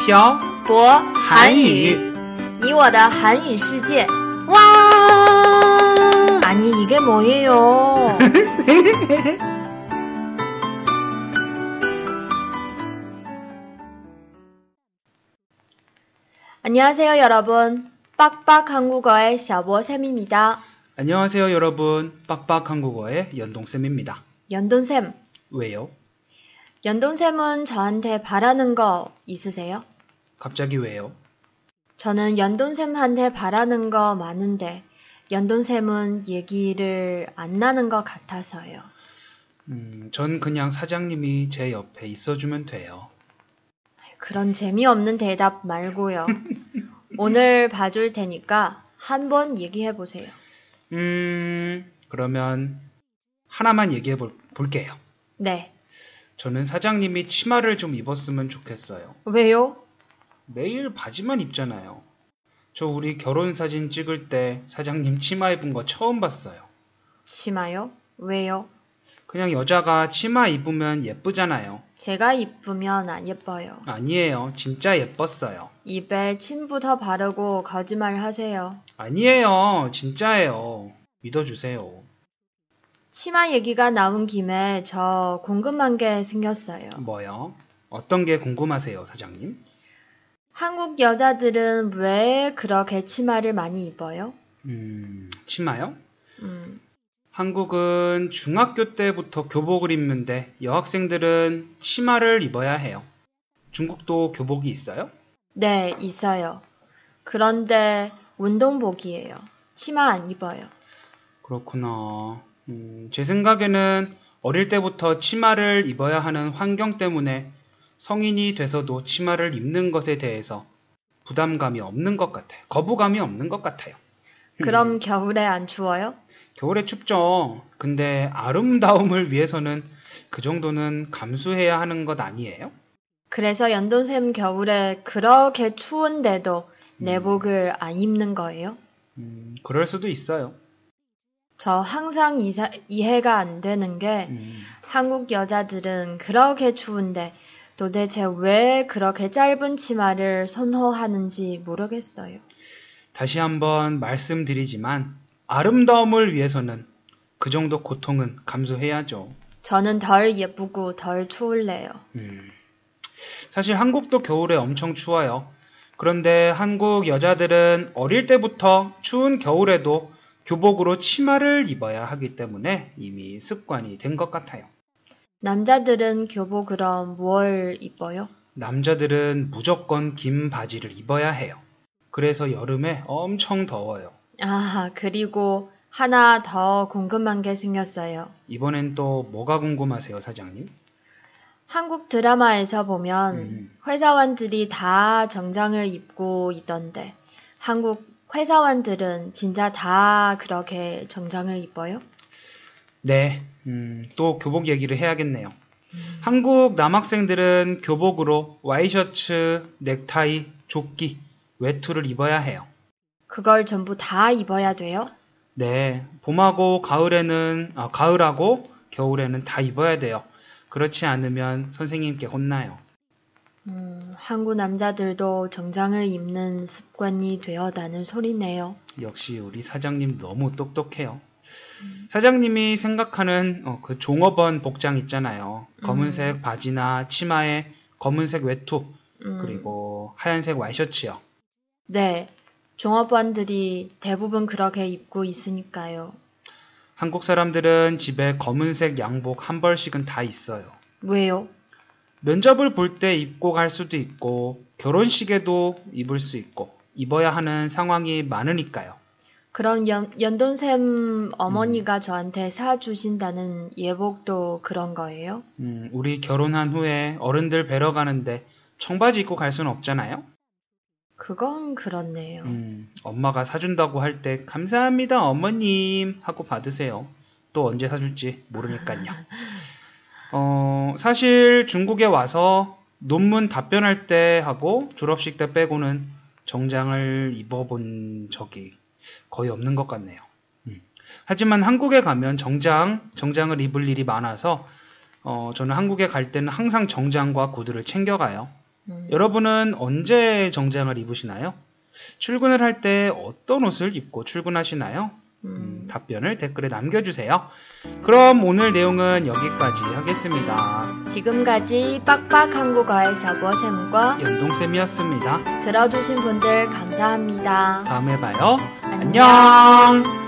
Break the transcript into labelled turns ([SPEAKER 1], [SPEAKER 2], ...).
[SPEAKER 1] 漂
[SPEAKER 2] 博
[SPEAKER 1] 韩
[SPEAKER 2] 韩
[SPEAKER 1] 语
[SPEAKER 2] 语，你我的韩语世界。
[SPEAKER 1] 와.
[SPEAKER 2] 아니 이게 뭐예요? 안녕하세요 여러분. 빡빡 한국어의 샤보쌤입니다.
[SPEAKER 1] 안녕하세요 여러분. 빡빡 한국어의 연동쌤입니다.
[SPEAKER 2] 연돈쌤,
[SPEAKER 1] 왜요?
[SPEAKER 2] 연돈쌤은 저한테 바라는 거 있으세요?
[SPEAKER 1] 갑자기 왜요?
[SPEAKER 2] 저는 연돈쌤한테 바라는 거 많은데 연돈쌤은 얘기를 안 나는 것 같아서요.
[SPEAKER 1] 음, 전 그냥 사장님이 제 옆에 있어주면 돼요.
[SPEAKER 2] 그런 재미없는 대답 말고요. 오늘 봐줄 테니까 한번 얘기해 보세요.
[SPEAKER 1] 음, 그러면 하나만 얘기해 볼, 볼게요.
[SPEAKER 2] 네.
[SPEAKER 1] 저는 사장님이 치마를 좀 입었으면 좋겠어요.
[SPEAKER 2] 왜요?
[SPEAKER 1] 매일 바지만 입잖아요. 저 우리 결혼 사진 찍을 때 사장님 치마 입은 거 처음 봤어요.
[SPEAKER 2] 치마요? 왜요?
[SPEAKER 1] 그냥 여자가 치마 입으면 예쁘잖아요.
[SPEAKER 2] 제가 이쁘면 안 예뻐요.
[SPEAKER 1] 아니에요. 진짜 예뻤어요.
[SPEAKER 2] 입에 침부터 바르고 거짓말 하세요.
[SPEAKER 1] 아니에요. 진짜예요. 믿어주세요.
[SPEAKER 2] 치마 얘기가 나온 김에 저 궁금한 게 생겼어요.
[SPEAKER 1] 뭐요? 어떤 게 궁금하세요, 사장님?
[SPEAKER 2] 한국 여자들은 왜 그렇게 치마를 많이 입어요?
[SPEAKER 1] 음, 치마요?
[SPEAKER 2] 음,
[SPEAKER 1] 한국은 중학교 때부터 교복을 입는데 여학생들은 치마를 입어야 해요. 중국도 교복이 있어요?
[SPEAKER 2] 네, 있어요. 그런데 운동복이에요. 치마 안 입어요.
[SPEAKER 1] 그렇구나. 음, 제 생각에는 어릴 때부터 치마를 입어야 하는 환경 때문에 성인이 돼서도 치마를 입는 것에 대해서 부담감이 없는 것 같아요. 거부감이 없는 것 같아요. 음.
[SPEAKER 2] 그럼 겨울에 안 추워요?
[SPEAKER 1] 겨울에 춥죠. 근데 아름다움을 위해서는 그 정도는 감수해야 하는 것 아니에요?
[SPEAKER 2] 그래서 연돈샘 겨울에 그렇게 추운데도
[SPEAKER 1] 음.
[SPEAKER 2] 내복을 안 입는 거예요?
[SPEAKER 1] 음, 그럴 수도 있어요.
[SPEAKER 2] 저 항상 이사- 이해가 안 되는 게
[SPEAKER 1] 음,
[SPEAKER 2] 한국 여자들은 그렇게 추운데 도대체 왜 그렇게 짧은 치마를 선호하는지 모르겠어요.
[SPEAKER 1] 다시 한번 말씀드리지만 아름다움을 위해서는 그 정도 고통은 감수해야죠.
[SPEAKER 2] 저는 덜 예쁘고 덜 추울래요.
[SPEAKER 1] 음. 사실 한국도 겨울에 엄청 추워요. 그런데 한국 여자들은 어릴 때부터 추운 겨울에도 교복으로 치마를 입어야 하기 때문에 이미 습관이 된 것 같아요.
[SPEAKER 2] 남자들은 교복 그럼 뭘 입어요?
[SPEAKER 1] 남자들은 무조건 긴 바지를 입어야 해요. 그래서 여름에 엄청 더워요.
[SPEAKER 2] 아, 그리고 하나 더 궁금한 게 생겼어요.
[SPEAKER 1] 이번엔 또 뭐가 궁금하세요, 사장님?
[SPEAKER 2] 한국 드라마에서 보면
[SPEAKER 1] 음.
[SPEAKER 2] 회사원들이 다 정장을 입고 있던데 한국 회사원들은 진짜 다 그렇게 정장을 입어요?
[SPEAKER 1] 네, 음, 또 교복 얘기를 해야겠네요. 한국 남학생들은 교복으로 와이셔츠, 넥타이, 조끼, 외투를 입어야 해요.
[SPEAKER 2] 그걸 전부 다 입어야 돼요?
[SPEAKER 1] 네, 봄하고 가을에는 아, 가을하고 겨울에는 다 입어야 돼요. 그렇지 않으면 선생님께 혼나요.
[SPEAKER 2] 음, 한국 남자들도 정장을 입는 습관이 되었다는 소리네요.
[SPEAKER 1] 역시 우리 사장님 너무 똑똑해요. 사장님이 생각하는 어, 그 종업원 복장 있잖아요. 검은색 바지나 치마에 검은색 외투
[SPEAKER 2] 음,
[SPEAKER 1] 그리고 하얀색 와이셔츠요.
[SPEAKER 2] 네, 종업원들이 대부분 그렇게 입고 있으니까요.
[SPEAKER 1] 한국 사람들은 집에 검은색 양복 한 벌씩은 다 있어요.
[SPEAKER 2] 왜요?
[SPEAKER 1] 면접을 볼 때 입고 갈 수도 있고 결혼식에도 입을 수 있고 입어야 하는 상황이 많으니까요.
[SPEAKER 2] 그럼 연, 연돈샘 어머니가 저한테 사주신다는 예복도 그런 거예요?
[SPEAKER 1] 음, 우리 결혼한 후에 어른들 뵈러 가는데 청바지 입고 갈 수는 없잖아요.
[SPEAKER 2] 그건 그렇네요.
[SPEAKER 1] 음, 엄마가 사준다고 할 때 감사합니다 어머님 하고 받으세요. 또 언제 사줄지 모르니까요. 어, 사실 중국에 와서 논문 답변할 때 하고 졸업식 때 빼고는 정장을 입어본 적이 거의 없는 것 같네요. 음. 하지만 한국에 가면 정장, 정장을 입을 일이 많아서 어, 저는 한국에 갈 때는 항상 정장과 구두를 챙겨가요.
[SPEAKER 2] 음.
[SPEAKER 1] 여러분은 언제 정장을 입으시나요? 출근을 할 때 어떤 옷을 입고 출근하시나요? 음,
[SPEAKER 2] 음.
[SPEAKER 1] 답변을 댓글에 남겨주세요. 그럼 오늘 내용은 여기까지 하겠습니다.
[SPEAKER 2] 음. 지금까지 빡빡 한국어의 사고 쌤과
[SPEAKER 1] 연동쌤이었습니다.
[SPEAKER 2] 들어주신 분들 감사합니다.
[SPEAKER 1] 다음에 봐요.
[SPEAKER 2] 안녕.
[SPEAKER 1] 안녕!